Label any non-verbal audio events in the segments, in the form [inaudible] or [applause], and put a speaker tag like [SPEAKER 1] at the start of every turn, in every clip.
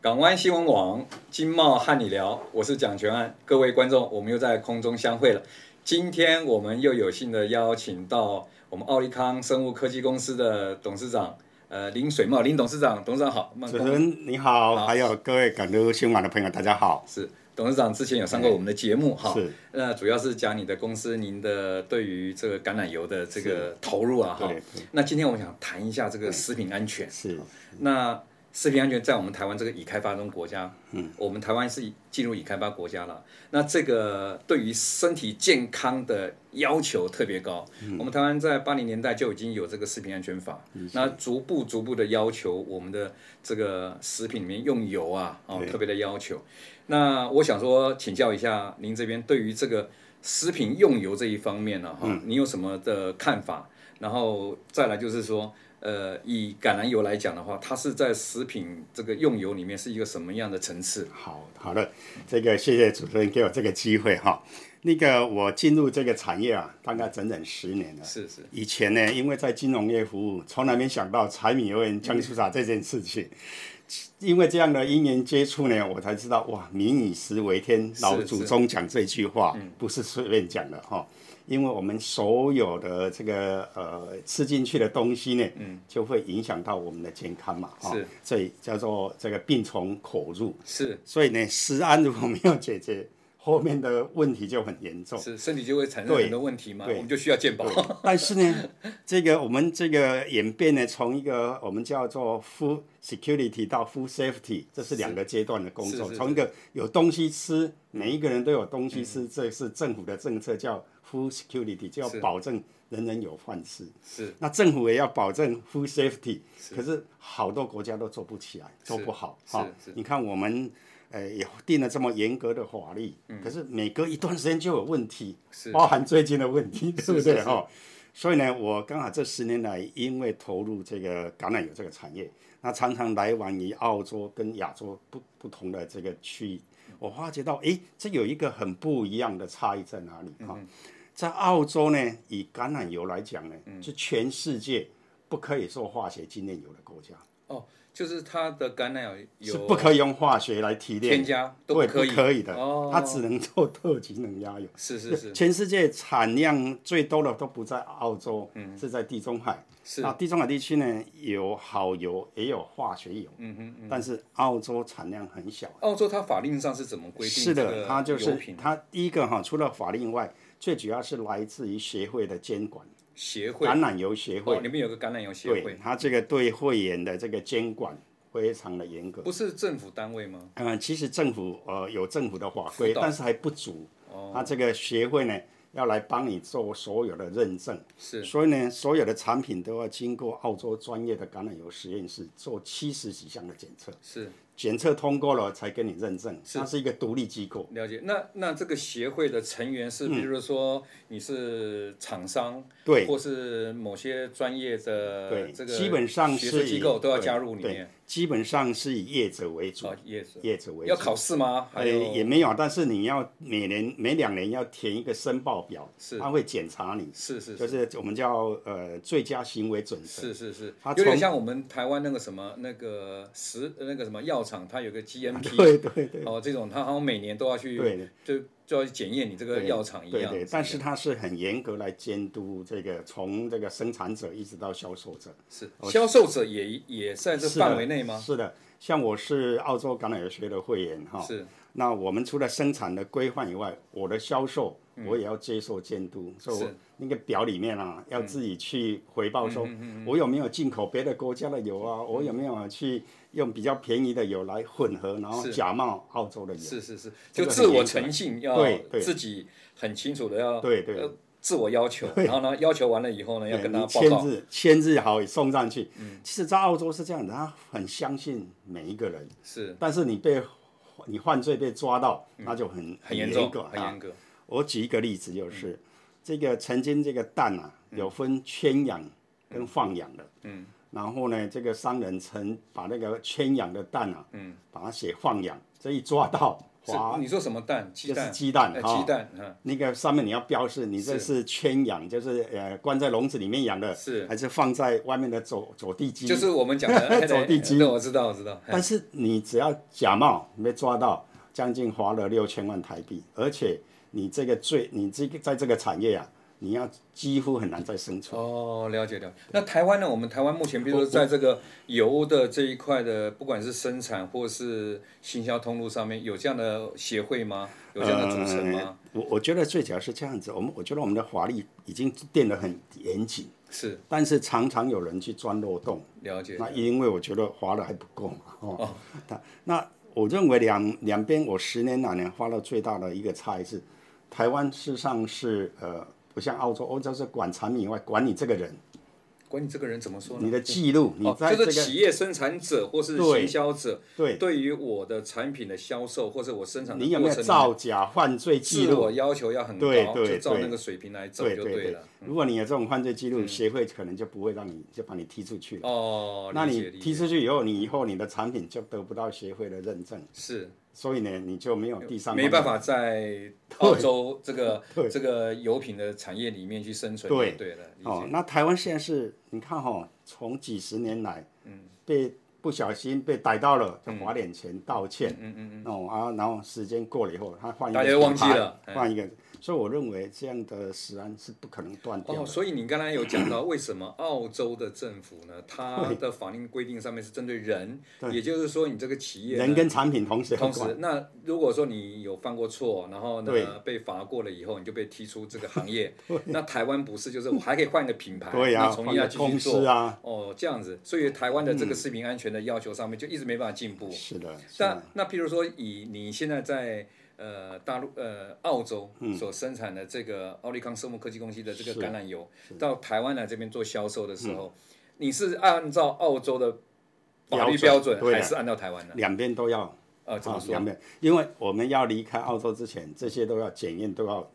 [SPEAKER 1] 港湾新闻网经贸和你聊，我是蒋全安，各位观众，我们又在空中相会了。今天我们又有幸的邀请到我们奥利康生物科技公司的董事长，呃，林水茂林董事长，董事长好。
[SPEAKER 2] 主持人你好，
[SPEAKER 1] 好
[SPEAKER 2] 还有各位港都新闻网的朋友，大家好。
[SPEAKER 1] 是董事长之前有上过我们的节目哈，
[SPEAKER 2] 哎是
[SPEAKER 1] 那主要是讲你的公司您的对于这个橄榄油的这个投入啊哈
[SPEAKER 2] 对。
[SPEAKER 1] 那今天我想谈一下这个食品安全。
[SPEAKER 2] 是
[SPEAKER 1] 那食品安全在我们台湾这个已开发中国家，嗯，我们台湾是进入已开发国家了。那这个对于身体健康的要求特别高。我们台湾在八零年代就已经有这个食品安全法，那逐步逐步的要求我们的这个食品里面用油啊，哦，特别的要求。那我想说，请教一下您这边对于这个食品用油这一方面呢、啊哈、你有什么的看法？然后再来就是说，呃，以橄榄油来讲的话，它是在食品这个用油里面是一个什么样的层次？
[SPEAKER 2] 好好的，这个谢谢主持人给我这个机会哈。那个我进入这个产业啊，大概整整十年了。
[SPEAKER 1] 是是
[SPEAKER 2] 以前呢，因为在金融业服务，从来没想到柴米油盐酱醋茶这件事情。因为这样的因缘接触呢，我才知道哇，民以食为天，
[SPEAKER 1] 是
[SPEAKER 2] 老祖宗讲这句话不是随便讲的哈。因为我们所有的这个呃吃进去的东西呢，就会影响到我们的健康嘛，哈
[SPEAKER 1] 是，
[SPEAKER 2] 所以叫做这个病从口入。
[SPEAKER 1] 是
[SPEAKER 2] 所以呢，食安如果没有解决，后面的问题就很严重。
[SPEAKER 1] 是，身体就会产生
[SPEAKER 2] 对
[SPEAKER 1] 很多问题嘛，我
[SPEAKER 2] 对
[SPEAKER 1] 们就需要健保。
[SPEAKER 2] 但是呢，这个我们这个演变呢，从一个我们叫做 food security 到 food safety，这是两个阶段的工
[SPEAKER 1] 是
[SPEAKER 2] 作
[SPEAKER 1] 是。
[SPEAKER 2] 从一个有东西吃，每一个人都有东西吃，这是政府的政策叫 food security，就要
[SPEAKER 1] 嗯是
[SPEAKER 2] 保证人人有饭吃。
[SPEAKER 1] [laughs] 是
[SPEAKER 2] 那政府也要保证 food safety，可是好多国家都做不起来，做不好
[SPEAKER 1] 是
[SPEAKER 2] 哈
[SPEAKER 1] 是
[SPEAKER 2] 你看我们呃也定了这么严格的法律，
[SPEAKER 1] 嗯
[SPEAKER 2] 可是每隔一段时间就有问题，
[SPEAKER 1] 是
[SPEAKER 2] 包含最近的
[SPEAKER 1] [laughs]
[SPEAKER 2] 问题，对不
[SPEAKER 1] 是
[SPEAKER 2] 对
[SPEAKER 1] 是
[SPEAKER 2] 哈？所以呢，我刚好这十年来，因为投入这个橄榄油这个产业，那常常来往于澳洲跟亚洲不不同的这个区域，我发觉到，诶，这有一个很不一样的差异在哪里
[SPEAKER 1] 嗯
[SPEAKER 2] 哈？在澳洲呢，以橄榄油来讲呢，
[SPEAKER 1] 嗯
[SPEAKER 2] 是全世界不可以做化学精炼油的国家，
[SPEAKER 1] 哦，就是它的橄榄油
[SPEAKER 2] 是不可以用化学来提炼
[SPEAKER 1] 添加啊都
[SPEAKER 2] 对，
[SPEAKER 1] 可以，
[SPEAKER 2] 不可以的，
[SPEAKER 1] 哦
[SPEAKER 2] 它只能做特级能压油。
[SPEAKER 1] 是是是
[SPEAKER 2] 全世界产量最多的都不在澳洲，是在地中海。
[SPEAKER 1] 嗯是
[SPEAKER 2] 那地中海地区呢，有好油，也有化学油，嗯哼但是澳洲产量很小。
[SPEAKER 1] 澳洲它法令上是怎么规定？
[SPEAKER 2] 是的，它就是
[SPEAKER 1] 油品
[SPEAKER 2] 它第一个哈，除了法令外，最主要是来自于协会的监管，
[SPEAKER 1] 协会
[SPEAKER 2] 橄榄油协会
[SPEAKER 1] 哦，。里面有个橄榄油协
[SPEAKER 2] 对
[SPEAKER 1] 会，，
[SPEAKER 2] 它这个对会员的这个监管非常的严格。
[SPEAKER 1] 不是政府单位吗？
[SPEAKER 2] 嗯、其实政府呃有政府的法
[SPEAKER 1] 知
[SPEAKER 2] 规，
[SPEAKER 1] 道
[SPEAKER 2] 但是还不足。哦，它这个协会呢要来帮你做所有的认证，
[SPEAKER 1] 是
[SPEAKER 2] 所以呢，所有的产品都要经过澳洲专业的橄榄油实验室做七十几项的检测，
[SPEAKER 1] 是
[SPEAKER 2] 检测通过了才给你认证。它是一个独立机构。
[SPEAKER 1] 了解。那那这个协会的成员是，比
[SPEAKER 2] 嗯
[SPEAKER 1] 如说你是厂商，
[SPEAKER 2] 对
[SPEAKER 1] 或是某些专业的
[SPEAKER 2] 对，
[SPEAKER 1] 这个
[SPEAKER 2] 基本上
[SPEAKER 1] 学术
[SPEAKER 2] 是以
[SPEAKER 1] 机构都要
[SPEAKER 2] 对
[SPEAKER 1] 加入里
[SPEAKER 2] 对
[SPEAKER 1] 面。
[SPEAKER 2] 基本上是以业者为主
[SPEAKER 1] 啊，，也是
[SPEAKER 2] 业者为主
[SPEAKER 1] 要。考试吗？还
[SPEAKER 2] 呃，
[SPEAKER 1] 有
[SPEAKER 2] 也没有，但是你要每年每两年要填一个申报表，
[SPEAKER 1] 是
[SPEAKER 2] 他会检查你，
[SPEAKER 1] 是是
[SPEAKER 2] 就是是我们叫呃最佳行为准则。
[SPEAKER 1] 是是是，
[SPEAKER 2] 他
[SPEAKER 1] 有点
[SPEAKER 2] 从
[SPEAKER 1] 像我们台湾那个什么那个食那个什么药厂，它有个 GMP
[SPEAKER 2] [laughs] 对对对
[SPEAKER 1] 哦，这种它好像每年都要去
[SPEAKER 2] 对
[SPEAKER 1] 就就要去检验你这个药厂一
[SPEAKER 2] 对
[SPEAKER 1] 样。
[SPEAKER 2] 对，但是它是很严格来监督这个从这个生产者一直到销售者，
[SPEAKER 1] 是销售者也也在这
[SPEAKER 2] 是的
[SPEAKER 1] 范围内吗？
[SPEAKER 2] 哦是的，像我是澳洲橄榄油学的会员哈，
[SPEAKER 1] 是
[SPEAKER 2] 那我们除了生产的规范以外，我的销售
[SPEAKER 1] 嗯
[SPEAKER 2] 我也要接受监督，所以我那个表里面啊，
[SPEAKER 1] 嗯
[SPEAKER 2] 要自己去回报说，我有没有进口别的国家的油啊，我有没有去用比较便宜的油来混合，然后
[SPEAKER 1] 是
[SPEAKER 2] 假冒澳洲的油，
[SPEAKER 1] 是是是，
[SPEAKER 2] 这
[SPEAKER 1] 就
[SPEAKER 2] 个
[SPEAKER 1] 自
[SPEAKER 2] 很
[SPEAKER 1] 我
[SPEAKER 2] 严格啊
[SPEAKER 1] 诚信要
[SPEAKER 2] 对对
[SPEAKER 1] 自己很清楚的要
[SPEAKER 2] 对对
[SPEAKER 1] 呃自我要求，然后呢要求完了以后呢要
[SPEAKER 2] 对
[SPEAKER 1] 跟
[SPEAKER 2] 哎你
[SPEAKER 1] 他报
[SPEAKER 2] 签
[SPEAKER 1] 告，嗯
[SPEAKER 2] 字签字好送上去。其实，在澳洲是这样的，他很相信每一个人，
[SPEAKER 1] 是
[SPEAKER 2] 但是你被你犯罪被抓到，那就很
[SPEAKER 1] 嗯很严
[SPEAKER 2] 严
[SPEAKER 1] 重嗯
[SPEAKER 2] 格，
[SPEAKER 1] 很
[SPEAKER 2] 啊
[SPEAKER 1] 严格，
[SPEAKER 2] 我举一个例子，就是、这个曾经这个蛋啊，
[SPEAKER 1] 嗯
[SPEAKER 2] 有分圈养跟放养的，嗯，然后呢，这个商人曾把那个圈养的蛋啊，嗯，把它写放养，这一抓到。
[SPEAKER 1] 是
[SPEAKER 2] 华，
[SPEAKER 1] 你说什么蛋？鸡
[SPEAKER 2] 就是
[SPEAKER 1] 蛋，
[SPEAKER 2] 鸡蛋
[SPEAKER 1] 呃
[SPEAKER 2] 哈
[SPEAKER 1] 鸡蛋，嗯，
[SPEAKER 2] 那个上面你要标示你这是圈养，就是呃关在笼子里面养的，
[SPEAKER 1] 是
[SPEAKER 2] 还是放在外面的走走地鸡？
[SPEAKER 1] 就是哎我们讲的
[SPEAKER 2] [laughs]
[SPEAKER 1] 哎
[SPEAKER 2] 走地鸡
[SPEAKER 1] 对，我知道，我知道，
[SPEAKER 2] 但是你只要假冒被抓到，将近花了六千万台币，而且你这个罪，你这个在这个产业啊，你要几乎很难再生存。
[SPEAKER 1] 哦，了解了解。那台湾呢？我们台湾目前，比如说在这个油的这一块的，不管是生产或是行销通路上面，有这样的协会吗？有这样的组成吗？
[SPEAKER 2] 呃我我觉得最主要是这样子，我们我觉得我们的法律已经定得很严谨，
[SPEAKER 1] 是，
[SPEAKER 2] 但是常常有人去钻漏洞。
[SPEAKER 1] 了解。
[SPEAKER 2] 那因为我觉得花的还不够嘛，哦，那那我认为两两边我十年来呢花了最大的一个差异是，台湾事实上是呃不像澳洲，欧洲是管产品以外管你这个人，
[SPEAKER 1] 关于这个人怎么说呢？
[SPEAKER 2] 你的记录，你
[SPEAKER 1] 哦，
[SPEAKER 2] 在这
[SPEAKER 1] 就
[SPEAKER 2] 个、
[SPEAKER 1] 是企业生产者或是
[SPEAKER 2] 对
[SPEAKER 1] 行销者，
[SPEAKER 2] 对，
[SPEAKER 1] 对于我的产品的销售或者我生产的
[SPEAKER 2] 你有没
[SPEAKER 1] 过
[SPEAKER 2] 有
[SPEAKER 1] 程，
[SPEAKER 2] 造假犯罪记
[SPEAKER 1] 自
[SPEAKER 2] 录？
[SPEAKER 1] 我要求要很
[SPEAKER 2] 对
[SPEAKER 1] 高，
[SPEAKER 2] 对
[SPEAKER 1] 就照
[SPEAKER 2] 对
[SPEAKER 1] 那个水平来走
[SPEAKER 2] 对
[SPEAKER 1] 就
[SPEAKER 2] 对
[SPEAKER 1] 了。，嗯
[SPEAKER 2] 如果你有这种犯罪记录，协会可能就不会让你就把你踢出去了。
[SPEAKER 1] 哦，
[SPEAKER 2] 那
[SPEAKER 1] 理
[SPEAKER 2] 你
[SPEAKER 1] 解理
[SPEAKER 2] 踢
[SPEAKER 1] 解，
[SPEAKER 2] 出去以后，你以后你的产品就得不到协会的认证，
[SPEAKER 1] 是。
[SPEAKER 2] 所以呢，你就没有第三
[SPEAKER 1] 没
[SPEAKER 2] 方
[SPEAKER 1] 办法在澳洲这个这个油品的产业里面去生存，
[SPEAKER 2] 对
[SPEAKER 1] 对了，理
[SPEAKER 2] 哦
[SPEAKER 1] 解，
[SPEAKER 2] 那台湾现在是，你看哈、从几十年来，嗯，被不小心被逮到了，就花点钱道歉，嗯嗯嗯，哦啊，然后时间过了以后，他换一个
[SPEAKER 1] 大家就忘记了哎
[SPEAKER 2] 品牌换一个，所以我认为这样的食安是不可能断掉
[SPEAKER 1] 哦，
[SPEAKER 2] 的。
[SPEAKER 1] 所以你刚才有讲到，为什么澳洲的政府呢？它的法令规定上面是针对人，也就是说，你这个企业呢
[SPEAKER 2] 人跟产品同时要
[SPEAKER 1] 啊同
[SPEAKER 2] 管，
[SPEAKER 1] 时，那如果说你有犯过错，然后
[SPEAKER 2] 对
[SPEAKER 1] 呢被罚过了以后，你就被踢出这个行 [laughs] 业。那台湾不是，就是我还可以换个品牌，
[SPEAKER 2] 对呀、啊
[SPEAKER 1] 那从
[SPEAKER 2] 换
[SPEAKER 1] 一要
[SPEAKER 2] 个
[SPEAKER 1] 继续
[SPEAKER 2] 公司
[SPEAKER 1] 做。
[SPEAKER 2] 啊，
[SPEAKER 1] 哦，这样子，所以台湾的这个食品安全的要求上面就一直没办法进步。
[SPEAKER 2] 是的，是
[SPEAKER 1] 那
[SPEAKER 2] 的，
[SPEAKER 1] 那譬如说，以你现在在呃大陆呃澳洲
[SPEAKER 2] 嗯
[SPEAKER 1] 所生产的这个奥利康生物科技公司的这个橄榄油，到台湾来这边做销售的
[SPEAKER 2] 嗯
[SPEAKER 1] 时候，你是按照澳洲的法律标
[SPEAKER 2] 标
[SPEAKER 1] 准
[SPEAKER 2] 准，对的
[SPEAKER 1] 还是按照台湾的？
[SPEAKER 2] 两边都要
[SPEAKER 1] 呃，怎
[SPEAKER 2] 啊
[SPEAKER 1] 么说？
[SPEAKER 2] 两边，因为我们要离开澳洲之前，这些都要检验，都要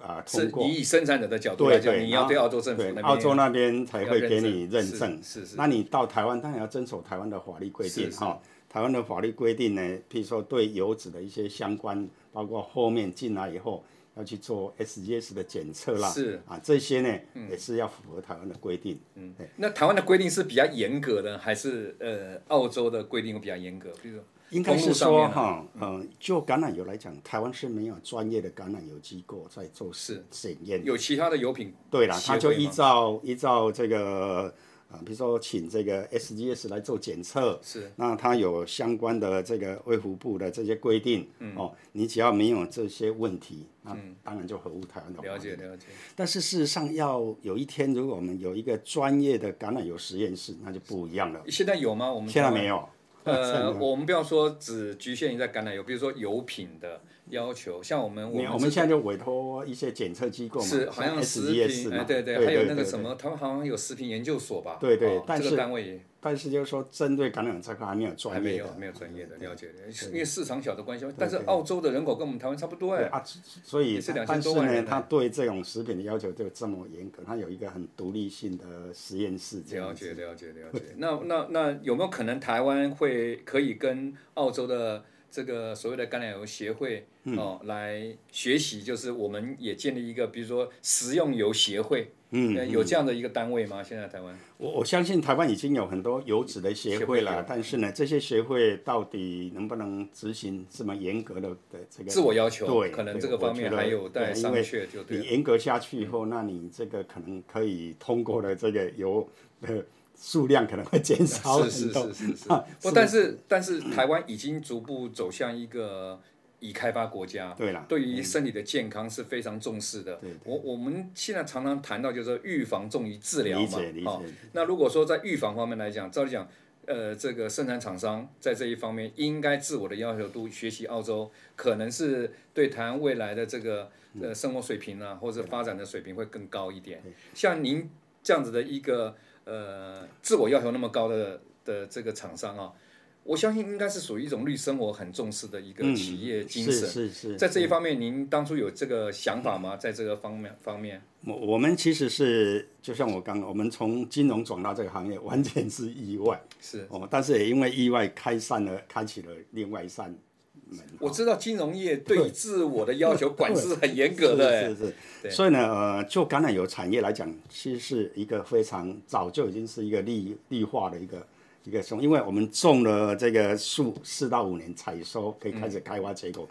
[SPEAKER 2] 啊、通
[SPEAKER 1] 是
[SPEAKER 2] 过。
[SPEAKER 1] 你以生产者的角度来
[SPEAKER 2] 对
[SPEAKER 1] 讲，
[SPEAKER 2] 对，
[SPEAKER 1] 你
[SPEAKER 2] 然
[SPEAKER 1] 要
[SPEAKER 2] 后
[SPEAKER 1] 对澳洲政府
[SPEAKER 2] 对
[SPEAKER 1] 那边
[SPEAKER 2] 澳洲那边才
[SPEAKER 1] 要
[SPEAKER 2] 会
[SPEAKER 1] 认
[SPEAKER 2] 给
[SPEAKER 1] 证
[SPEAKER 2] 你认
[SPEAKER 1] 是
[SPEAKER 2] 证。
[SPEAKER 1] 是是
[SPEAKER 2] 那你到台湾，当然要遵守台湾的法律规定
[SPEAKER 1] 是是
[SPEAKER 2] 哈、台湾的法律规定呢，譬如说对油脂的一些相关，包括后面进来以后要去做 SGS 的检测啦，
[SPEAKER 1] 是嗯
[SPEAKER 2] 啊，这些呢、也是要符合台湾的规定。嗯，
[SPEAKER 1] 那台湾的规定是比较严格的，还是呃澳洲的规定会比较严格？比如说
[SPEAKER 2] 应该
[SPEAKER 1] 通
[SPEAKER 2] 是
[SPEAKER 1] 路上
[SPEAKER 2] 说
[SPEAKER 1] 面呢啊
[SPEAKER 2] 哈，嗯、就橄榄油来讲，台湾是没有专业的橄榄油机构在做
[SPEAKER 1] 是
[SPEAKER 2] 检验的
[SPEAKER 1] 有其他的油品
[SPEAKER 2] 对了，
[SPEAKER 1] 协
[SPEAKER 2] 他就
[SPEAKER 1] 会
[SPEAKER 2] 依
[SPEAKER 1] 吗
[SPEAKER 2] 照依照这个啊，比如说请这个 SGS 来做检测，
[SPEAKER 1] 是
[SPEAKER 2] 那他有相关的这个卫福部的这些规定，
[SPEAKER 1] 嗯
[SPEAKER 2] 哦，你只要没有这些问题，那当然就合乎台湾的法律。
[SPEAKER 1] 了解了解，
[SPEAKER 2] 但是事实上，要有一天，如果我们有一个专业的橄榄油实验室，那就不一样了。
[SPEAKER 1] 现在有吗？我们
[SPEAKER 2] 现在
[SPEAKER 1] 台湾
[SPEAKER 2] 没有， [laughs]
[SPEAKER 1] 呃，我们不要说只局限于在橄榄油，比如说油品的要求，像我们我
[SPEAKER 2] 没
[SPEAKER 1] 们
[SPEAKER 2] 有，我们现在就委托一些检测机构嘛，
[SPEAKER 1] 是好像食
[SPEAKER 2] SGS
[SPEAKER 1] 品，哎
[SPEAKER 2] 嘛，
[SPEAKER 1] 对
[SPEAKER 2] 啊对，
[SPEAKER 1] 还有那
[SPEAKER 2] 对
[SPEAKER 1] 个什。么，他们好像有食品研究所吧？
[SPEAKER 2] 对对
[SPEAKER 1] 哦
[SPEAKER 2] 但
[SPEAKER 1] 这
[SPEAKER 2] 是
[SPEAKER 1] 个单位也
[SPEAKER 2] 但是就是说，针对橄榄油这块还没有
[SPEAKER 1] 还
[SPEAKER 2] 专
[SPEAKER 1] 没
[SPEAKER 2] 业
[SPEAKER 1] 有
[SPEAKER 2] 的，
[SPEAKER 1] 没有专业的了解，因为市场小的关系，但是澳洲的人口跟我们台湾差不多
[SPEAKER 2] 对
[SPEAKER 1] 哎，
[SPEAKER 2] 啊，所以
[SPEAKER 1] 也是
[SPEAKER 2] 他
[SPEAKER 1] 2000
[SPEAKER 2] 但是
[SPEAKER 1] 多万
[SPEAKER 2] 呢，
[SPEAKER 1] 人呢
[SPEAKER 2] 他对这种食品的要求就这么严格，他有一个很独立性的实验室这
[SPEAKER 1] 了
[SPEAKER 2] 样
[SPEAKER 1] 解
[SPEAKER 2] 子。
[SPEAKER 1] 了解了解。 [laughs] 那那那有没有可能台湾会可以跟澳洲的这个所谓的橄榄油协会
[SPEAKER 2] 嗯
[SPEAKER 1] 哦、来学习？就是我们也建立一个，比如说食用油协会，
[SPEAKER 2] 嗯
[SPEAKER 1] 呃，有这样的一个单位吗？现在台湾？
[SPEAKER 2] 我我相信台湾已经有很多油脂的协会
[SPEAKER 1] 协会有嗯
[SPEAKER 2] 了，但是呢，这些协会到底能不能执行这么严格的的这个
[SPEAKER 1] 自我要求
[SPEAKER 2] 对，
[SPEAKER 1] 可能
[SPEAKER 2] 对
[SPEAKER 1] 这个
[SPEAKER 2] 我
[SPEAKER 1] 方面
[SPEAKER 2] 觉得
[SPEAKER 1] 还有待
[SPEAKER 2] 对
[SPEAKER 1] 商
[SPEAKER 2] 因为
[SPEAKER 1] 榷就对
[SPEAKER 2] 你
[SPEAKER 1] 了嗯
[SPEAKER 2] 严格下去以后，那你这个可能可以通过的这个油的数量可能会减
[SPEAKER 1] [laughs]
[SPEAKER 2] 少很多。
[SPEAKER 1] 是是是是是
[SPEAKER 2] 啊，
[SPEAKER 1] 不，但是但是台湾已经逐步走向一个已开发国家，
[SPEAKER 2] 对啦
[SPEAKER 1] 对于身体的健康是非常重视的。我我们现在常常谈到就是预防重于治疗
[SPEAKER 2] 理
[SPEAKER 1] 嘛
[SPEAKER 2] 解理，
[SPEAKER 1] 好
[SPEAKER 2] 解，
[SPEAKER 1] 那如果说在预防方面来讲，照理讲。呃，这个生产厂商在这一方面应该自我的要求度学习澳洲，可能是对台湾未来的这个
[SPEAKER 2] 嗯
[SPEAKER 1] 呃生活水平啊，或者发展的水平会更高一点。像您这样子的一个呃自我要求那么高的的这个厂商啊，我相信应该是属于一种绿生活很重视的一个企业精
[SPEAKER 2] 嗯是
[SPEAKER 1] 神。
[SPEAKER 2] 是是，嗯
[SPEAKER 1] 在这一方面，您当初有这个想法吗？在这个方面方面，
[SPEAKER 2] 我我们其实是就像我刚，我们从金融转到这个行业，完全是意外
[SPEAKER 1] [laughs] 是
[SPEAKER 2] 哦，但是也因为意外开散了，开启了另外一扇门哈。
[SPEAKER 1] 我知道金融业对自我的要求管制很严格的，哎
[SPEAKER 2] 是是是。所以呢，呃，就橄榄油产业来讲，其实是一个非常早就已经是一个绿绿化的一个一个松，因为我们种了这个树四到五年采收，可以
[SPEAKER 1] 嗯
[SPEAKER 2] 开始开花结果，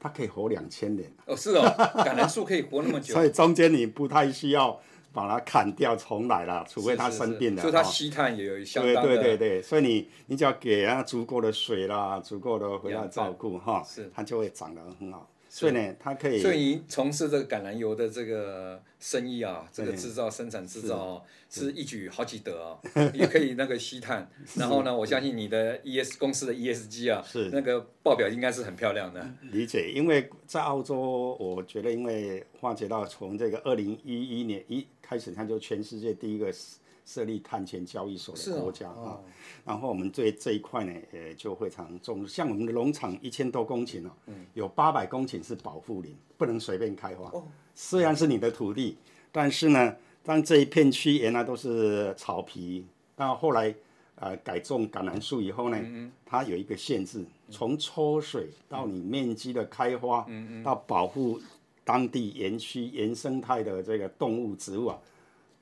[SPEAKER 2] 它可以活两千年，
[SPEAKER 1] 哦是哦，橄榄树可以活那
[SPEAKER 2] [laughs]
[SPEAKER 1] 么久，
[SPEAKER 2] 所以中间你不太需要把它砍掉重来了，除非它
[SPEAKER 1] 是
[SPEAKER 2] 生病了。哦
[SPEAKER 1] 是是所以它
[SPEAKER 2] 哈
[SPEAKER 1] 吸碳也有相
[SPEAKER 2] 对
[SPEAKER 1] 当的，
[SPEAKER 2] 对对对，所以你你只要给它足够的水啦，足够的回来
[SPEAKER 1] 养分
[SPEAKER 2] 照顾哈，
[SPEAKER 1] 是
[SPEAKER 2] 它就会长得很好。所以呢，它可以
[SPEAKER 1] 所以你从事这个橄榄油的这个生意啊，这个制造、生产、制造哦，是一举好几得
[SPEAKER 2] [laughs]
[SPEAKER 1] 啊，也可以那个吸碳。然后呢，我相信你的 ES 公司的 ESG 啊，
[SPEAKER 2] 是嗯
[SPEAKER 1] 那个报表应该是很漂亮的。
[SPEAKER 2] 理解，因为在澳洲，我觉得因为发觉到从这个二零一一年一开始，它就全世界第一个设设立碳权交易所
[SPEAKER 1] 是
[SPEAKER 2] 的
[SPEAKER 1] 哦
[SPEAKER 2] 国家啊、
[SPEAKER 1] 哦
[SPEAKER 2] 然后我们对这一块呢，也就非常重视。像我们的农场一千多公顷哦，有八百公顷是保护林，不能随便开花。虽然是你的土地，但是呢，当这一片区原来都是草皮，到后来呃改种橄榄树以后呢，它有一个限制，从抽水到你面积的开花，到保护当地园区原生态的这个动物植物啊，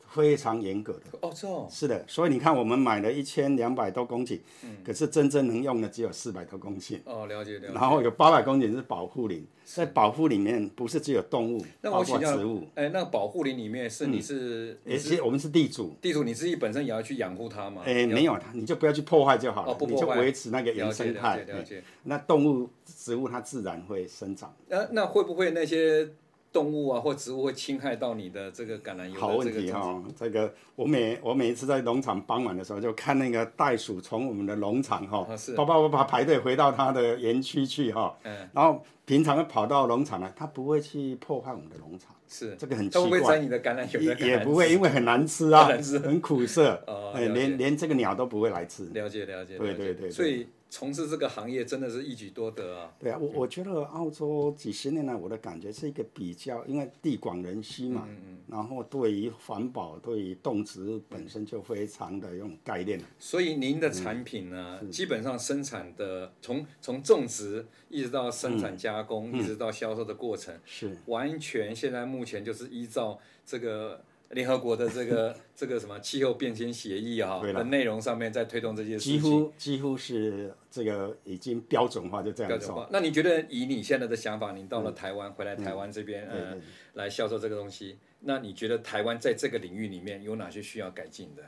[SPEAKER 2] 非常严格的。
[SPEAKER 1] 哦，这哦，
[SPEAKER 2] 是的，所以你看，我们买了一千两百多公顷，可是真正能用的只有四百多公顷，
[SPEAKER 1] 哦，嗯了解了解。
[SPEAKER 2] 然后有八百公顷是保护林，在保护里面不是只有动物，
[SPEAKER 1] 那
[SPEAKER 2] 包
[SPEAKER 1] 我
[SPEAKER 2] 括
[SPEAKER 1] 请教
[SPEAKER 2] 植物，，
[SPEAKER 1] 哎，那保护林里面是
[SPEAKER 2] 嗯
[SPEAKER 1] 你是
[SPEAKER 2] 而且我们是地主，
[SPEAKER 1] 地主，你自己本身也要去养护它吗？
[SPEAKER 2] 哎，没有它，你就不要去破坏就好
[SPEAKER 1] 哦
[SPEAKER 2] 了，
[SPEAKER 1] 不
[SPEAKER 2] 你
[SPEAKER 1] 破
[SPEAKER 2] 就
[SPEAKER 1] 坏
[SPEAKER 2] 维持那个原
[SPEAKER 1] 了解
[SPEAKER 2] 生
[SPEAKER 1] 了
[SPEAKER 2] 态
[SPEAKER 1] 解。了
[SPEAKER 2] 哎
[SPEAKER 1] 解。
[SPEAKER 2] 那动物、植物它自然会生长。
[SPEAKER 1] 那那会不会那些动物啊或植物会侵害到你的这个橄榄油
[SPEAKER 2] 好
[SPEAKER 1] 的
[SPEAKER 2] 问
[SPEAKER 1] 这个
[SPEAKER 2] 题哦
[SPEAKER 1] 种
[SPEAKER 2] 哈、这个我每我每一次在农场傍晚的时候，就看那个袋鼠从我们的农场哈、
[SPEAKER 1] 啊是
[SPEAKER 2] 叭叭叭叭排队回到它的园区去哈、
[SPEAKER 1] 嗯
[SPEAKER 2] 然后平常跑到农场呢，它不会去破坏我们的农场，
[SPEAKER 1] 是
[SPEAKER 2] 这个很
[SPEAKER 1] 它会不会
[SPEAKER 2] 奇怪
[SPEAKER 1] 沾你的橄榄油
[SPEAKER 2] 也
[SPEAKER 1] 的橄榄
[SPEAKER 2] 也不
[SPEAKER 1] 汁
[SPEAKER 2] 会，因为很
[SPEAKER 1] [laughs]
[SPEAKER 2] 难吃啊，
[SPEAKER 1] 很难吃
[SPEAKER 2] 很苦涩，
[SPEAKER 1] 哦
[SPEAKER 2] 哎
[SPEAKER 1] 了解
[SPEAKER 2] 连连这个鸟都不会来吃。
[SPEAKER 1] 了解了解，
[SPEAKER 2] 对
[SPEAKER 1] 了解
[SPEAKER 2] 对对对
[SPEAKER 1] 所以从事这个行业真的是一举多得啊。
[SPEAKER 2] 对啊，我我觉得澳洲几十年来，我的感觉是一个比较，因为地广人稀
[SPEAKER 1] 嗯
[SPEAKER 2] 嘛，然后对于环保、对于动植物本身就非常的有种概念。
[SPEAKER 1] 所以您
[SPEAKER 2] 嗯
[SPEAKER 1] 的产品呢，基本上生产的从从种植一直到生
[SPEAKER 2] 嗯
[SPEAKER 1] 产加工，一直到销售的过程，
[SPEAKER 2] 是
[SPEAKER 1] 完全现在目前就是依照这个。联合国的这个
[SPEAKER 2] [laughs]
[SPEAKER 1] 这个什么气候变迁协议啊
[SPEAKER 2] 对啦
[SPEAKER 1] 的内容上面在推动这些事情，
[SPEAKER 2] 几乎几乎是这个已经标准化，就这
[SPEAKER 1] 标
[SPEAKER 2] 样
[SPEAKER 1] 准
[SPEAKER 2] 说。
[SPEAKER 1] 化。那你觉得以你现在的想法，你到了台湾，回来台湾这边，
[SPEAKER 2] 嗯对
[SPEAKER 1] 呃，来销售这个东西，那你觉得台湾在这个领域里面有哪些需要改进的？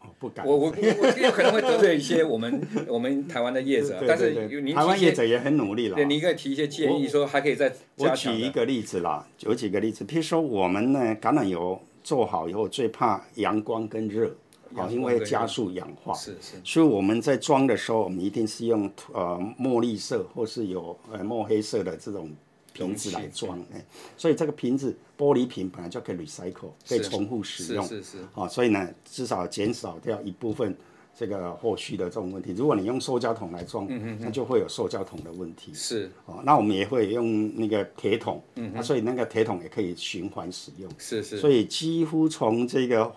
[SPEAKER 2] 哦，不敢。 [laughs]
[SPEAKER 1] 我我我我有可能会得罪一些我们我们台湾的业者，
[SPEAKER 2] 对
[SPEAKER 1] 但是
[SPEAKER 2] 对
[SPEAKER 1] 有
[SPEAKER 2] 对
[SPEAKER 1] 您
[SPEAKER 2] 台湾
[SPEAKER 1] 提一些
[SPEAKER 2] 业者也很努力了
[SPEAKER 1] 对，。您可以提一些建议，说还可以再
[SPEAKER 2] 我
[SPEAKER 1] 加
[SPEAKER 2] 举
[SPEAKER 1] 强
[SPEAKER 2] 一
[SPEAKER 1] 的。
[SPEAKER 2] 个例子啦，有几个例子，譬如说我们呢，橄榄油做好以后最怕阳光跟热，
[SPEAKER 1] 阳
[SPEAKER 2] 啊，
[SPEAKER 1] 光
[SPEAKER 2] 因
[SPEAKER 1] 跟
[SPEAKER 2] 为
[SPEAKER 1] 热
[SPEAKER 2] 加速氧化。
[SPEAKER 1] 是是
[SPEAKER 2] 所以我们在装的时候，我们一定是用呃墨绿色或是有呃墨黑色的这种瓶子来
[SPEAKER 1] 容器
[SPEAKER 2] 装，哎，所以这个瓶子玻璃瓶本来就可以 recycle，可以
[SPEAKER 1] 是
[SPEAKER 2] 重复使
[SPEAKER 1] 是
[SPEAKER 2] 用。
[SPEAKER 1] 是是，
[SPEAKER 2] 啊、所以呢，至少减少掉一部分这个后续的这种问题。如果你用塑胶桶来装，
[SPEAKER 1] 嗯
[SPEAKER 2] 那就会有塑胶桶的问题。
[SPEAKER 1] 是
[SPEAKER 2] 哦，那我们也会用那个铁桶，嗯、啊，所以那个铁桶也可以循环使用。
[SPEAKER 1] 是是
[SPEAKER 2] 所以几乎从这个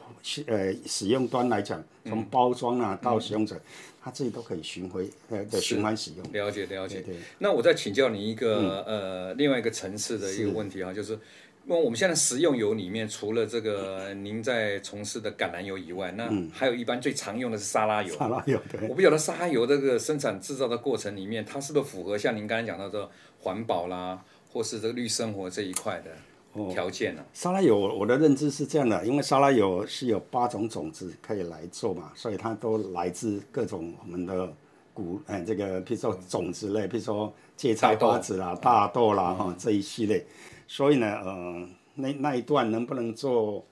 [SPEAKER 2] 呃使用端来讲，从
[SPEAKER 1] 嗯
[SPEAKER 2] 包装啊到使用者，他自己都可以循回呃的循环使用。
[SPEAKER 1] 了解了解。那我再请教你一
[SPEAKER 2] 嗯
[SPEAKER 1] 个、呃另外一个层次的一个问题啊，就是。那我们现在食用油里面，除了这个您在从事的橄榄油以外，那
[SPEAKER 2] 嗯
[SPEAKER 1] 还有一般最常用的是沙拉油。
[SPEAKER 2] 好了，有对。
[SPEAKER 1] 我不晓得沙拉油这个生产制造的过程里面，它是不是符合像您刚才讲到的环保啦，或是这个绿生活这一块
[SPEAKER 2] 哦
[SPEAKER 1] 的条件啊呢、
[SPEAKER 2] 沙拉油，我的认知是这样的，因为沙拉油是有八种种子可以来做嘛，所以它都来自各种我们的谷，哎，这个譬如说种子类，譬如说芥
[SPEAKER 1] 大
[SPEAKER 2] 菜
[SPEAKER 1] 豆嗯
[SPEAKER 2] 花籽啦、大豆啦哈、这一系列。所以呢，呃，那那一段能不能做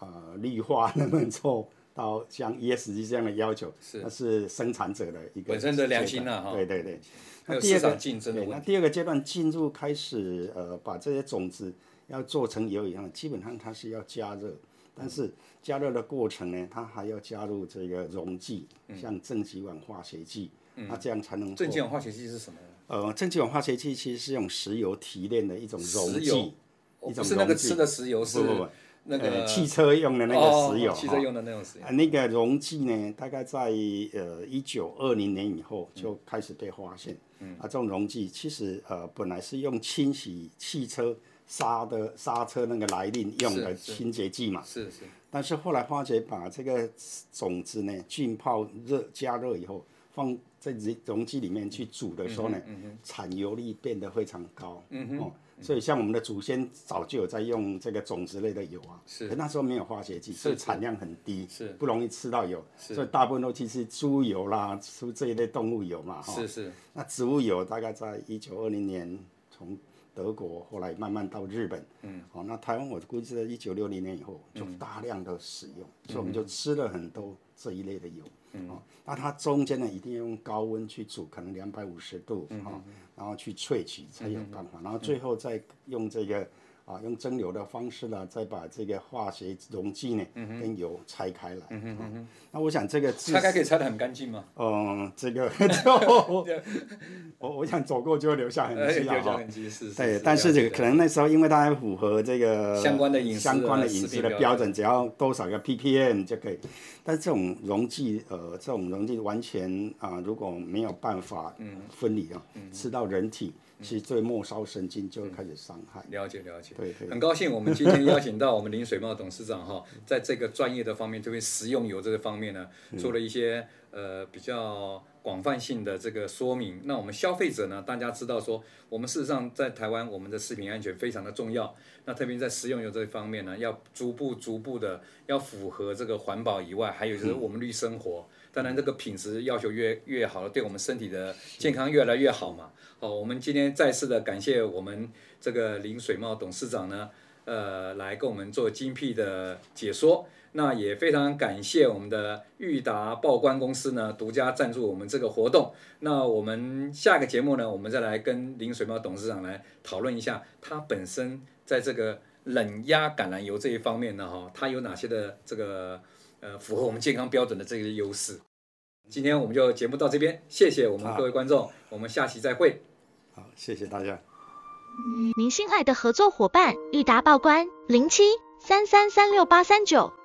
[SPEAKER 2] 呃绿化， [laughs] 能不能做到像 ESG 这样的要求，
[SPEAKER 1] 是
[SPEAKER 2] 那是生产者的一个
[SPEAKER 1] 本身的良
[SPEAKER 2] 阶段
[SPEAKER 1] 心啊哈
[SPEAKER 2] 对对对。
[SPEAKER 1] 还有
[SPEAKER 2] 那第二
[SPEAKER 1] 市
[SPEAKER 2] 个
[SPEAKER 1] 场竞争的
[SPEAKER 2] 对
[SPEAKER 1] 问
[SPEAKER 2] 那
[SPEAKER 1] 题。
[SPEAKER 2] 第二个阶段进入开始，呃，把这些种子要做成油以后，基本上它是要加热，但是加热的过程呢，它还要加入这个溶剂，像正极烷化学剂，那这样才能
[SPEAKER 1] 嗯正
[SPEAKER 2] 够
[SPEAKER 1] 极氧化学剂是什么呢？
[SPEAKER 2] 呃，正极烷化学剂其实是用石油提炼的一种溶
[SPEAKER 1] 石油
[SPEAKER 2] 剂，
[SPEAKER 1] 哦不
[SPEAKER 2] 一种
[SPEAKER 1] 是那个
[SPEAKER 2] 溶剂
[SPEAKER 1] 吃的石油，是
[SPEAKER 2] 不不不
[SPEAKER 1] 那个
[SPEAKER 2] 呃汽车用的那个石油
[SPEAKER 1] 哦，汽
[SPEAKER 2] 哈
[SPEAKER 1] 车用的那种石油。
[SPEAKER 2] 啊，那
[SPEAKER 1] 嗯
[SPEAKER 2] 个溶剂呢，大概在呃一九二零年以后就开始被发现。啊，这种溶剂其实呃本来是用清洗汽车刹的刹车那个来令用的
[SPEAKER 1] 是是
[SPEAKER 2] 清洁剂嘛，
[SPEAKER 1] 是是，
[SPEAKER 2] 但是后来花姐把这个种子呢浸泡热加热以后，放在容器里面去煮的时候
[SPEAKER 1] 嗯
[SPEAKER 2] 呢，产油率变得非常高。嗯哦，所以像我们的祖先早就有在用这个种子类的油啊，
[SPEAKER 1] 是
[SPEAKER 2] 可那时候没有化学剂，所以产量很低，
[SPEAKER 1] 是
[SPEAKER 2] 不容易吃到油，所以大部分都其实猪油啦、猪这一类动物油嘛，哈、哦
[SPEAKER 1] 是是
[SPEAKER 2] [laughs] 那植物油大概在一九二零年从德国，后来慢慢到日本，嗯，哦，那台湾我估计在一九六零年以后就大量的使用，所以我们就吃了很多这一类的油，嗯，哦，那它中间呢一定要用高温去煮，可能两百五十度，哦，然后去萃取才有办法，然后最后再用这个。啊，用蒸馏的方式呢，再把这个化学溶剂呢、跟油拆开来。嗯那我想这个制
[SPEAKER 1] 拆开可以拆得很干净吗？
[SPEAKER 2] 嗯，这个就我我想走过就会留下痕
[SPEAKER 1] 哎
[SPEAKER 2] 迹
[SPEAKER 1] 留
[SPEAKER 2] 啊
[SPEAKER 1] 下
[SPEAKER 2] 哈。
[SPEAKER 1] 痕迹是。是
[SPEAKER 2] 对，但是这个可能那时候因为它还符合这个
[SPEAKER 1] 相关的啊饮食的
[SPEAKER 2] 相关的饮
[SPEAKER 1] 食
[SPEAKER 2] 食
[SPEAKER 1] 品
[SPEAKER 2] 的
[SPEAKER 1] 标
[SPEAKER 2] 标准，只要多少个 ppm 就可以。但这种溶剂，呃，这种溶剂完全啊、如果没有办法
[SPEAKER 1] 嗯
[SPEAKER 2] 分离啊，吃到人体，其实对末梢神经就会开始伤害。
[SPEAKER 1] 了解了解，
[SPEAKER 2] 对嗯对
[SPEAKER 1] 很高兴我们今天邀请到我们林水茂董事长
[SPEAKER 2] [laughs]
[SPEAKER 1] 哈，在这个专业的方面，特别食用油这个方面呢，
[SPEAKER 2] 嗯
[SPEAKER 1] 做了一些呃比较广泛性的这个说明。那我们消费者呢，大家知道说，我们事实上在台湾，我们的食品安全非常的重要。那特别在食用油这一方面呢，要逐步逐步的要符合这个环保以外，还有就是我们绿生活。当
[SPEAKER 2] 嗯
[SPEAKER 1] 然，这个品质要求越越好了，对我们身体的健康越来越好嘛。好，我们今天再次的感谢我们这个林水茂董事长呢，呃，来跟我们做精辟的解说。那也非常感谢我们的裕达报关公司呢，独家赞助我们这个活动。那我们下个节目呢，我们再来跟林水茂董事长来讨论一下，他本身在这个冷压橄榄油这一方面呢，哈，它有哪些的这个呃符合我们健康标准的这个优势。今天我们就节目到这边，谢谢我们各位观众，我们下期再会。
[SPEAKER 2] 好，谢谢大家。
[SPEAKER 3] 您心爱的合作伙伴裕达报关零七三三三六八三九。